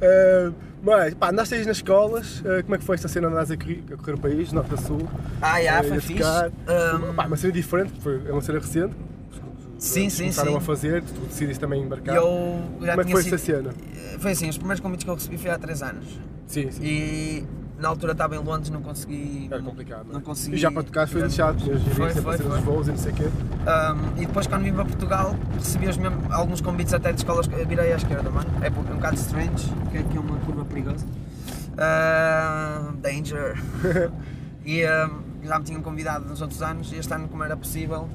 Speaker 1: Ah, mas, pá, andaste aí nas escolas. ah, como é que foi esta cena? Andaste a correr, a correr o país, norte a sul.
Speaker 2: Ah, já,
Speaker 1: eh,
Speaker 2: foi
Speaker 1: a
Speaker 2: fixe.
Speaker 1: tocar.
Speaker 2: Ahm,
Speaker 1: Pá, uma cena diferente, porque foi- é uma cena recente.
Speaker 2: Sim,
Speaker 1: Eles
Speaker 2: sim,
Speaker 1: começaram
Speaker 2: sim.
Speaker 1: a fazer, tu decidiste também embarcar.
Speaker 2: eu
Speaker 1: como
Speaker 2: já
Speaker 1: é que
Speaker 2: tinha
Speaker 1: foi
Speaker 2: sido-
Speaker 1: esta cena?
Speaker 2: Foi assim, os primeiros convites que eu recebi foi há 3 anos.
Speaker 1: Sim, sim.
Speaker 2: E na altura estava em Londres, não consegui.
Speaker 1: Era complicado, não
Speaker 2: Não
Speaker 1: é?
Speaker 2: consegui.
Speaker 1: E já para tocar foi deixado, tinhas
Speaker 2: Foi,
Speaker 1: visto,
Speaker 2: foi,
Speaker 1: para os
Speaker 2: foi.
Speaker 1: voos e não sei o quê.
Speaker 2: Ahm, e depois quando vim para Portugal recebi os mesmo, alguns convites até de escolas que virei à esquerda, mano. É um bocado strange, que aqui é uma curva perigosa. Ahm, Um, danger. e ahm, já me tinham convidado nos outros anos e este ano como era possível.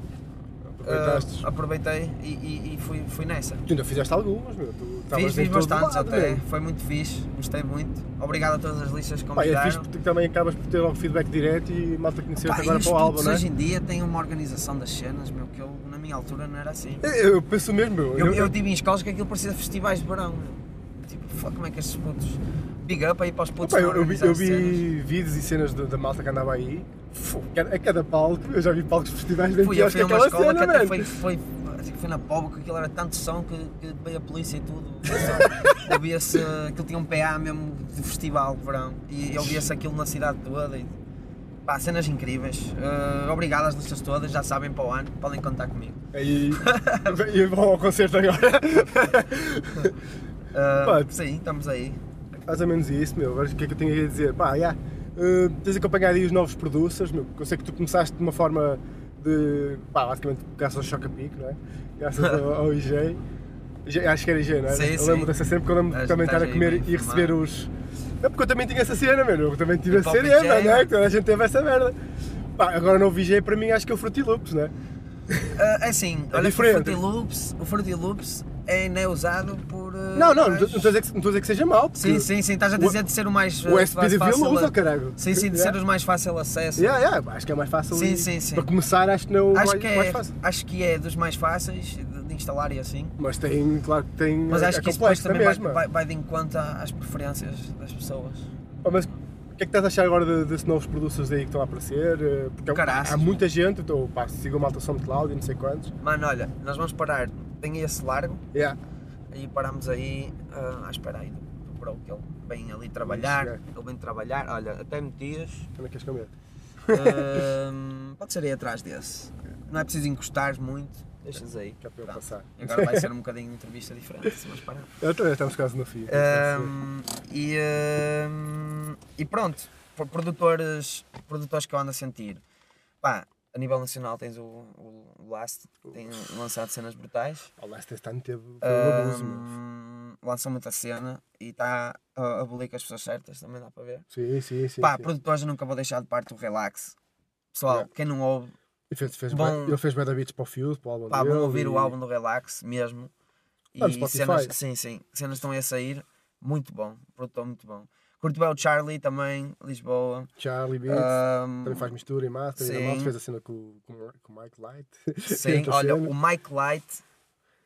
Speaker 1: Aproveitaste.
Speaker 2: ah, aproveitei e, e- e fui, fui nessa.
Speaker 1: Tu ainda fizeste algumas, meu. Tu estavas
Speaker 2: Fiz,
Speaker 1: em
Speaker 2: fiz
Speaker 1: todo
Speaker 2: bastantes
Speaker 1: lado,
Speaker 2: até,
Speaker 1: meu.
Speaker 2: foi muito fixe, gostei muito. Obrigado a todas as listas que
Speaker 1: Pá, é
Speaker 2: convidaram.
Speaker 1: fixe porque também acabas por ter logo feedback direto e malta conhecer
Speaker 2: Pá,
Speaker 1: te
Speaker 2: e
Speaker 1: agora
Speaker 2: os
Speaker 1: para o álbum,
Speaker 2: putos
Speaker 1: não é?
Speaker 2: hoje em dia têm uma organização das cenas, meu, que eu na minha altura não era assim.
Speaker 1: É, Eu eu penso mesmo, meu.
Speaker 2: Eu, eu tive em escolas que aquilo parecia festivais de verão. meu. Tipo, fuck, como é que estes putos. Big up aí para os putos.
Speaker 1: Opa,
Speaker 2: que
Speaker 1: eu, eu vi,
Speaker 2: organizam
Speaker 1: eu
Speaker 2: as cenas.
Speaker 1: vi vídeos e cenas da, da malta que andava aí. Fu, cara, A cada palco, eu já vi palcos de festivais bem
Speaker 2: Fui, eu
Speaker 1: piores
Speaker 2: fui
Speaker 1: que
Speaker 2: a uma
Speaker 1: aquela
Speaker 2: escola que
Speaker 1: cena,
Speaker 2: até
Speaker 1: mano.
Speaker 2: foi, foi, acho que foi na pobre que aquilo era tanto som que, que veio a polícia e tudo. Só- Ouvia-se. Aquilo tinha um PA mesmo de festival de verão. E eu via-se aquilo na cidade toda. E, pá, cenas incríveis. Eh, obrigado às listas todas, já sabem para o ano, podem contar comigo.
Speaker 1: Aí, e vão ao concerto agora.
Speaker 2: Eh,
Speaker 1: Pá.
Speaker 2: sim, estamos aí.
Speaker 1: Mais ou menos isso, meu. Agora o que é que eu tenho a dizer? Pá, já. eh, tens acompanhado aí os novos producers, meu. Eu sei que tu começaste de uma forma de. pá, basicamente graças ao Choca Pico, não é? Graças ao, ao IG. IG, Acho que era IG, não é?
Speaker 2: Sim,
Speaker 1: eu
Speaker 2: sim.
Speaker 1: lembro dessa sempre que eu lembro de
Speaker 2: Estás-
Speaker 1: também estar
Speaker 2: estás
Speaker 1: a
Speaker 2: aí
Speaker 1: comer
Speaker 2: bem
Speaker 1: e receber
Speaker 2: informado.
Speaker 1: os. É porque eu também tinha essa cena, meu. Eu também tive
Speaker 2: E
Speaker 1: a
Speaker 2: Pop né? e
Speaker 1: cena,
Speaker 2: Jam.
Speaker 1: não é? Que Toda a gente teve essa merda. Pá, agora o novo IG para mim acho que é o Fruity Loops, não é?
Speaker 2: Ah, é assim,
Speaker 1: É
Speaker 2: olha que o
Speaker 1: diferente.
Speaker 2: Fruity Loops, o Fruity Loops é, não é usado por. ah,
Speaker 1: Não, não, não
Speaker 2: mais-
Speaker 1: estou a dizer que- não estou a dizer que seja mau. porque
Speaker 2: Sim, sim, sim, estás a
Speaker 1: o-
Speaker 2: dizer de ser o mais.
Speaker 1: O
Speaker 2: ah,
Speaker 1: SP de
Speaker 2: fácil
Speaker 1: Vila usa,
Speaker 2: a-
Speaker 1: caralho.
Speaker 2: Sim, sim, de
Speaker 1: Yeah.
Speaker 2: ser os mais fácil acesso.
Speaker 1: Yeah, yeah, acho que é mais fácil.
Speaker 2: Sim,
Speaker 1: e-
Speaker 2: sim, sim.
Speaker 1: Para começar, acho que não
Speaker 2: Acho
Speaker 1: mais,
Speaker 2: que, é,
Speaker 1: mais fácil.
Speaker 2: acho que é dos mais fáceis de, de instalar e assim.
Speaker 1: Mas tem, claro que tem.
Speaker 2: Mas
Speaker 1: é-
Speaker 2: acho
Speaker 1: é
Speaker 2: que isso depois
Speaker 1: complexo
Speaker 2: também
Speaker 1: na
Speaker 2: vai,
Speaker 1: mesma.
Speaker 2: vai, vai de encontro às preferências das pessoas.
Speaker 1: Oh, mas o que é que estás a achar agora de- desses novos produtos aí que estão a aparecer? Eh, Porque há-
Speaker 2: Caraças,
Speaker 1: há muita gente, então, pá, sigo a malta SoundCloud e não sei quantos.
Speaker 2: Mano, olha, nós vamos parar. Tem esse largo
Speaker 1: Yeah.
Speaker 2: e paramos aí ah, à espera aí do, do bro, que ele vem ali trabalhar.
Speaker 1: chegar.
Speaker 2: Ele vem trabalhar, olha, até metias.
Speaker 1: Como é que queres comer?
Speaker 2: Hum, pode ser aí atrás desse. Não é preciso encostares muito. Deixas aí.
Speaker 1: Que é para eu
Speaker 2: Pronto.
Speaker 1: passar.
Speaker 2: Agora vai ser um bocadinho de entrevista diferente, se vais parar.
Speaker 1: Eu também estamos quase no fim.
Speaker 2: Hum, e, hum, e pronto, por produtores, produtores que eu ando a sentir. Pá, a nível nacional tens o, o Last, tem lançado cenas brutais.
Speaker 1: O Last este ano teve foi um abuso, meu.
Speaker 2: Hum, lançou muita cena e está a, a abolir com as pessoas certas, também dá para ver.
Speaker 1: Sim, sim, sim.
Speaker 2: Pá,
Speaker 1: sim.
Speaker 2: produtores eu nunca vou deixar de parte o Relax. Pessoal,
Speaker 1: Yeah.
Speaker 2: quem não ouve,
Speaker 1: Ele fez, fez
Speaker 2: Bom-
Speaker 1: bué- ele fez Bad Beats para o Fuse, para o álbum
Speaker 2: Pá,
Speaker 1: dele.
Speaker 2: vão ouvir o
Speaker 1: e-
Speaker 2: álbum do Relax mesmo.
Speaker 1: Tá no Spotify.
Speaker 2: cenas, sim, sim, cenas estão aí a sair. Muito bom, produtor muito bom. Curto bem o Charlie também, Lisboa.
Speaker 1: Charlie Beats.
Speaker 2: Ahm,
Speaker 1: Também faz mistura e master e
Speaker 2: Ah, sim.
Speaker 1: a malta fez a cena com, com, com o Mike Light.
Speaker 2: sim,
Speaker 1: Outra
Speaker 2: olha,
Speaker 1: cena.
Speaker 2: o Mike Light.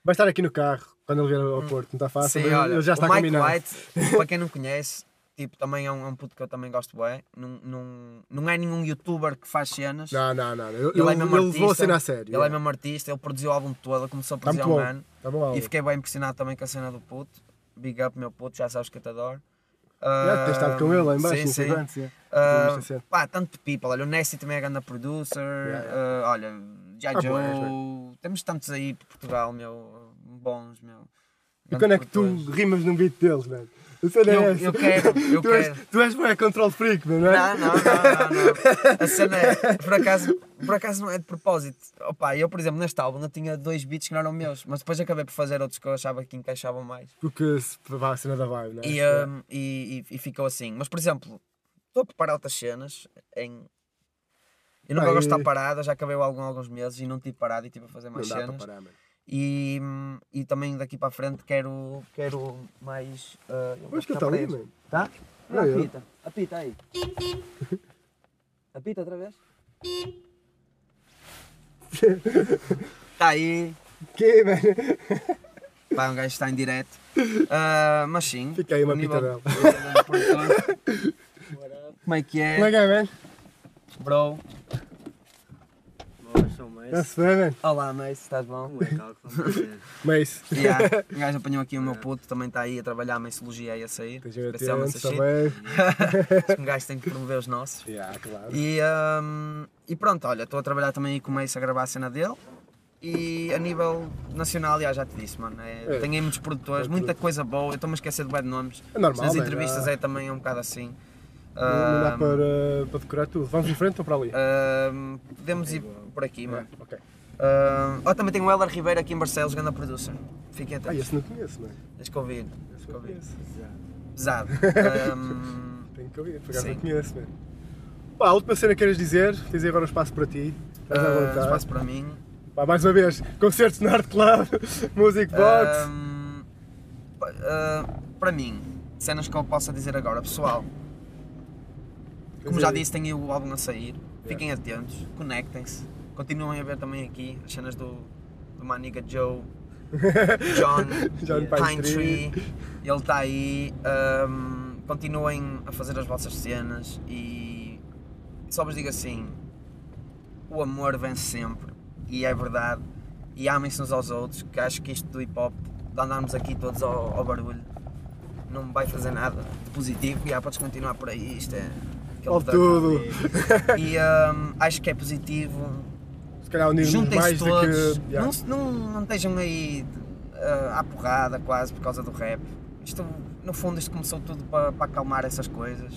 Speaker 1: Vai estar aqui no carro quando ele vier ao Porto, não está fácil,
Speaker 2: Hum. sim,
Speaker 1: mas
Speaker 2: olha,
Speaker 1: ele já está
Speaker 2: o Mike
Speaker 1: combinado.
Speaker 2: Light, para quem não conhece, tipo, também é um, é um puto que eu também gosto bem. Não, não, não é nenhum youtuber que faz cenas.
Speaker 1: Não, não, não. Ele,
Speaker 2: Ele é
Speaker 1: ele,
Speaker 2: mesmo
Speaker 1: ele levou a
Speaker 2: artista.
Speaker 1: cena a sério.
Speaker 2: Ele é mesmo artista, ele produziu o álbum todo, ele começou a
Speaker 1: Está
Speaker 2: produzir
Speaker 1: Tá muito
Speaker 2: há um
Speaker 1: bom.
Speaker 2: ano.
Speaker 1: Está bom álbum.
Speaker 2: E fiquei bem impressionado também com a cena do puto. Big up, meu puto, já sabes que eu te adoro. Ah,
Speaker 1: Já, tens estado com ele lá em baixo,
Speaker 2: Sim, sim.
Speaker 1: sim.
Speaker 2: Ah,
Speaker 1: Esta cena.
Speaker 2: pá, tanto people. Olha, o Nessie também é grande producer.
Speaker 1: é. Yeah,
Speaker 2: ah, olha, já
Speaker 1: Ah,
Speaker 2: Joe.
Speaker 1: boas,
Speaker 2: temos tantos aí por Portugal, meu. Bons, meu.
Speaker 1: E
Speaker 2: Grande
Speaker 1: quando é que tu
Speaker 2: produtores.
Speaker 1: rimas num beat deles, mano? A cena é
Speaker 2: Eu,
Speaker 1: essa.
Speaker 2: eu quero, eu
Speaker 1: tu, és,
Speaker 2: quero.
Speaker 1: tu és bué control freak, mano, não é?
Speaker 2: Não, não, não, não, não. A cena é, por acaso, por acaso não é de propósito. Opa, eu, por exemplo, neste álbum eu tinha dois beats que não eram meus, mas depois acabei por fazer outros que eu achava que encaixavam mais.
Speaker 1: Porque se vá a cena da vibe, não é?
Speaker 2: E,
Speaker 1: É.
Speaker 2: hum, e, e- e ficou assim. Mas, por exemplo, estou a preparar outras cenas em. Eu nunca
Speaker 1: Pá,
Speaker 2: gosto de
Speaker 1: e-
Speaker 2: estar parado, eu já acabei algum, alguns meses e não tive parado e tive a fazer
Speaker 1: não
Speaker 2: mais
Speaker 1: dá para
Speaker 2: cenas.
Speaker 1: parar, mano.
Speaker 2: E, hum, e também daqui para a frente quero, quero mais. ah, eu vou
Speaker 1: Mas que ele está
Speaker 2: ficar
Speaker 1: ali,
Speaker 2: preso.
Speaker 1: mano.
Speaker 2: Tá?
Speaker 1: Não,
Speaker 2: Não,
Speaker 1: eu.
Speaker 2: apita. Apita aí. Apita outra vez. Está Tá aí.
Speaker 1: Que, mano?
Speaker 2: É. Pá, um gajo está em direto. Ah, mas sim.
Speaker 1: Fica aí uma
Speaker 2: o
Speaker 1: pitadela.
Speaker 2: nível do- do produtor. Como é que é?
Speaker 1: Como é que é, mano?
Speaker 2: Bro,
Speaker 3: Boas, sou o
Speaker 2: É
Speaker 3: Mace.
Speaker 1: Está-se bem, é man?
Speaker 2: olá, Mace, estás bom?
Speaker 3: O Ecal que vamos fazer.
Speaker 1: Mas.
Speaker 2: Yeah. O gajo apanhou aqui o
Speaker 1: É.
Speaker 2: meu puto, também está aí a trabalhar a mensologia e a sair.
Speaker 1: Estejam
Speaker 2: Especial
Speaker 1: atentos
Speaker 2: nessa shit.
Speaker 1: também.
Speaker 2: Um gajo tem que promover os nossos.
Speaker 1: Yeah, claro.
Speaker 2: E, hum, e pronto, olha, estou a trabalhar também aí com o Mace a gravar a cena dele. E a nível nacional, já, já te disse, mano. É,
Speaker 1: É.
Speaker 2: Tenho aí muitos produtores,
Speaker 1: É
Speaker 2: muita coisa boa. Eu estou-me a esquecer de bad nomes.
Speaker 1: É normal,
Speaker 2: Nas
Speaker 1: man,
Speaker 2: entrevistas
Speaker 1: já-
Speaker 2: é também um bocado assim.
Speaker 1: Não dá
Speaker 2: Hum,
Speaker 1: para, para decorar tudo. Vamos em frente ou para ali?
Speaker 2: hum, podemos ir por aqui, mano.
Speaker 1: É, ok.
Speaker 2: Ah, oh, também tem o Heller Ribeiro aqui em Barcelos, ganda producer. Fiquem
Speaker 1: Ah,
Speaker 2: atentos.
Speaker 1: esse não conheço, mano.
Speaker 2: Tens que ouvir. Tens
Speaker 1: Esse
Speaker 2: que
Speaker 1: não
Speaker 2: ouvir.
Speaker 1: conheço.
Speaker 2: Pesado. Ahm,
Speaker 1: Tenho que ouvir, por acaso
Speaker 2: Sim.
Speaker 1: não conheço, mano. Pá, a última cena que queres dizer, tens aí agora um espaço para ti. Estás à
Speaker 2: ah,
Speaker 1: vontade.
Speaker 2: espaço para mim.
Speaker 1: Pá, mais uma vez, concertos na Art Club, Music
Speaker 2: Ah,
Speaker 1: Box.
Speaker 2: Ahm, pa- ah, para mim, cenas que eu possa dizer agora, pessoal. Como
Speaker 1: Tens
Speaker 2: já
Speaker 1: aí.
Speaker 2: disse, tenho o álbum a sair.
Speaker 1: É.
Speaker 2: Fiquem atentos, conectem-se. Continuem a ver também aqui as cenas do, do Maniga Joe, John,
Speaker 1: John
Speaker 2: Pine
Speaker 1: Pine
Speaker 2: Tree.
Speaker 1: Tree.
Speaker 2: Ele está aí. ahm, continuem a fazer as vossas cenas e só vos digo assim: o amor vence sempre e é verdade. E amem-se uns aos outros, que acho que isto do hip hop, de andarmos aqui todos ao, ao barulho, não vai fazer nada de positivo. E há, podes continuar por aí, isto é. aquele
Speaker 1: Vale
Speaker 2: tanto.
Speaker 1: tudo.
Speaker 2: E hum, acho que é positivo.
Speaker 1: Se calhar unirmos
Speaker 2: Juntem-se
Speaker 1: mais do
Speaker 2: todos.
Speaker 1: que. Yeah.
Speaker 2: Não, se- não, não estejam aí ah, à porrada quase por causa do rap. Isto, no fundo, isto começou tudo para, para acalmar essas coisas.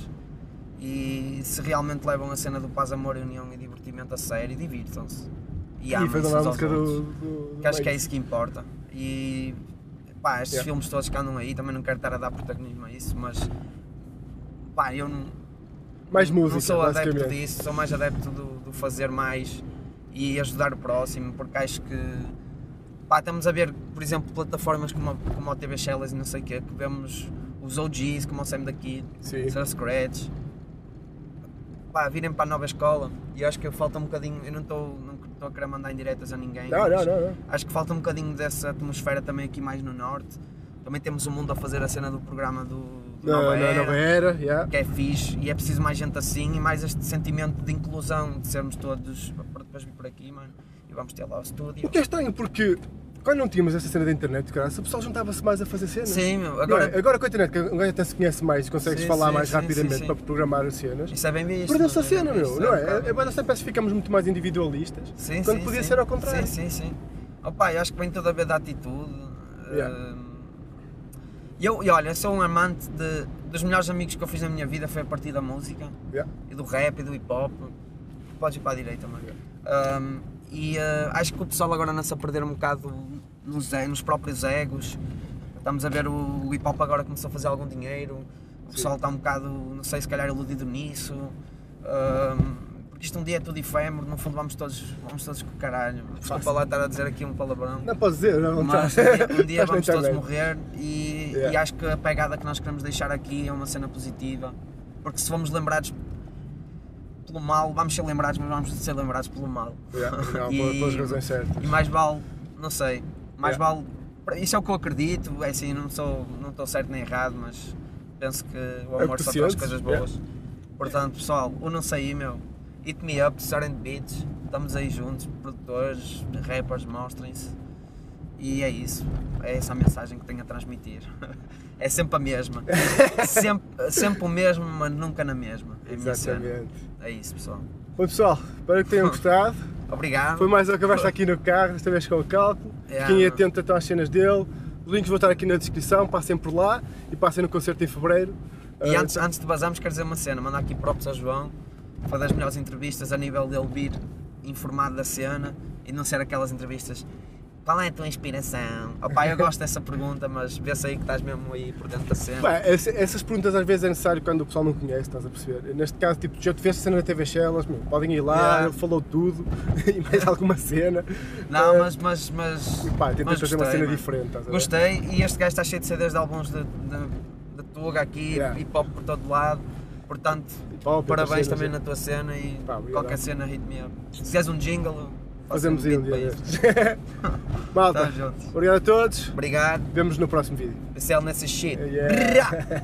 Speaker 2: E se realmente levam a cena do paz, amor, união e divertimento a sério, divirtam-se. E
Speaker 1: E fez uma
Speaker 2: amem-se uns aos
Speaker 1: música
Speaker 2: outros.
Speaker 1: do. do, do
Speaker 2: Que acho que é
Speaker 1: Mace.
Speaker 2: isso que importa. E pá, estes
Speaker 1: Yeah.
Speaker 2: filmes todos que andam aí, também não quero estar a dar protagonismo a isso, mas pá, eu não,
Speaker 1: Mais música,
Speaker 2: não sou adepto
Speaker 1: basicamente.
Speaker 2: disso, sou mais adepto do, do fazer mais e ajudar o próximo, porque acho que pá, estamos a ver, por exemplo, plataformas como, a- como o TV Shellas e não sei o quê, que vemos os OGs como o Sam da Kid,
Speaker 1: Sim.
Speaker 2: Sarah Scratch, pá, virem para a nova escola e eu acho que falta um bocadinho, eu não estou não estou a querer mandar indiretas a ninguém,
Speaker 1: Não, não,
Speaker 2: mas
Speaker 1: não. não.
Speaker 2: acho que falta um bocadinho dessa atmosfera também aqui mais no norte. Também temos o mundo a fazer a cena do programa do, do
Speaker 1: Na,
Speaker 2: Nova
Speaker 1: na
Speaker 2: Era
Speaker 1: nova era, yeah.
Speaker 2: que é fixe e é preciso mais gente assim e mais este sentimento de inclusão, de sermos todos para depois vir por aqui, mano, e vamos ter lá o estúdio.
Speaker 1: O que é estranho, porque quando não tínhamos essa cena da internet, cara, o pessoal juntava-se mais a fazer cenas.
Speaker 2: Sim, meu,
Speaker 1: Agora,
Speaker 2: agora
Speaker 1: agora com a internet, que um gajo até se conhece mais e consegues
Speaker 2: Sim,
Speaker 1: falar
Speaker 2: sim,
Speaker 1: mais
Speaker 2: sim,
Speaker 1: rapidamente
Speaker 2: sim, sim.
Speaker 1: para programar as cenas.
Speaker 2: isso é bem visto.
Speaker 1: Perdeu-se a
Speaker 2: não é?
Speaker 1: cena,
Speaker 2: Bem
Speaker 1: meu,
Speaker 2: visto,
Speaker 1: não
Speaker 2: um
Speaker 1: é?
Speaker 2: bocado-
Speaker 1: É bem, sempre ficamos muito mais individualistas.
Speaker 2: Sim,
Speaker 1: quando
Speaker 2: sim,
Speaker 1: podia
Speaker 2: sim.
Speaker 1: ser ao contrário.
Speaker 2: Sim, sim, sim. Opa, eu acho que vem tudo a ver da atitude.
Speaker 1: Yeah.
Speaker 2: Hum, E eu, e olha, eu sou um amante de, dos melhores amigos que eu fiz na minha vida foi a partir da música.
Speaker 1: Yeah.
Speaker 2: e do rap e do hip hop. Podes ir para a direita, mano. Um, e eh, acho que o pessoal agora anda-se a perder um bocado nos, e- nos próprios egos. Estamos a ver o, o hip hop agora começou a fazer algum dinheiro. O pessoal está um bocado, não sei, se calhar iludido nisso. Um, porque isto um dia é tudo efêmero, no fundo vamos todos, vamos todos com o caralho. Desculpa lá estar a dizer aqui um palavrão.
Speaker 1: Não posso dizer, não tá.
Speaker 2: Mas um
Speaker 1: estás-
Speaker 2: dia, um dia
Speaker 1: estás na
Speaker 2: vamos todos
Speaker 1: internet.
Speaker 2: morrer e,
Speaker 1: Yeah.
Speaker 2: e acho que a pegada que nós queremos deixar aqui é uma cena positiva. Porque se formos lembrados pelo mal, vamos ser lembrados, mas vamos ser lembrados pelo mal.
Speaker 1: Yeah, não,
Speaker 2: E-
Speaker 1: pelas razões certas.
Speaker 2: E mais vale, não sei, mais
Speaker 1: Yeah.
Speaker 2: vale. Isso é o que eu acredito, é assim, não sou, não estou certo nem errado, mas penso que o
Speaker 1: que
Speaker 2: amor
Speaker 1: tu
Speaker 2: só traz
Speaker 1: sentes,
Speaker 2: coisas
Speaker 1: yeah.
Speaker 2: boas. Portanto, pessoal, o não sei, meu, hit me up, Sarent Beats, estamos aí juntos, produtores, rappers, mostrem-se. E é isso, é essa a mensagem que tenho a transmitir. É sempre a mesma. sempre, sempre o mesmo, mas nunca na mesma. É a minha cena.
Speaker 1: Exatamente.
Speaker 2: É isso, pessoal.
Speaker 1: Bom pessoal, espero que tenham gostado.
Speaker 2: Obrigado.
Speaker 1: Foi mais uma conversa aqui no carro, desta vez com o Calco.
Speaker 2: Yeah.
Speaker 1: Fiquem atentos então às cenas dele. Os links vão estar aqui na descrição, passem por lá e passem no concerto em Fevereiro.
Speaker 2: E
Speaker 1: Ah,
Speaker 2: antes, antes de vazarmos, quero dizer uma cena: mandar aqui props ao João. Foi das melhores entrevistas a nível dele vir informado da cena e não ser aquelas entrevistas. Qual é a tua inspiração? Opá, eu gosto dessa pergunta, mas vê-se aí que estás mesmo aí por dentro da cena.
Speaker 1: Pá, essa- essas perguntas às vezes é necessário quando o pessoal não conhece, estás a perceber? Neste caso, tipo, já tiveste cena na TV Shellas, meu, podem ir lá,
Speaker 2: Yeah.
Speaker 1: ele falou tudo e mais alguma cena.
Speaker 2: Não,
Speaker 1: Eh,
Speaker 2: mas. mas, mas
Speaker 1: E pá, tentei
Speaker 2: mas
Speaker 1: fazer uma
Speaker 2: gostei,
Speaker 1: cena
Speaker 2: mano.
Speaker 1: diferente, estás a ver?
Speaker 2: Gostei e este gajo está cheio de CDs de alguns de, de, de Tuga aqui,
Speaker 1: Yeah.
Speaker 2: hip hop por todo lado. Portanto,
Speaker 1: Hip-hop, outras
Speaker 2: parabéns
Speaker 1: cenas,
Speaker 2: também
Speaker 1: é.
Speaker 2: na tua cena e
Speaker 1: Pá, obrigado.
Speaker 2: qualquer cena hit me up. Se quiseres um jingle, eu faço
Speaker 1: Fazemos aí um
Speaker 2: beat
Speaker 1: dia
Speaker 2: para isso.
Speaker 1: destes. Malta,
Speaker 2: Tamo junto.
Speaker 1: obrigado a todos.
Speaker 2: Obrigado.
Speaker 1: Vemos no próximo vídeo.
Speaker 2: Marcel nessa shit.
Speaker 1: Yeah.
Speaker 2: Brrrá.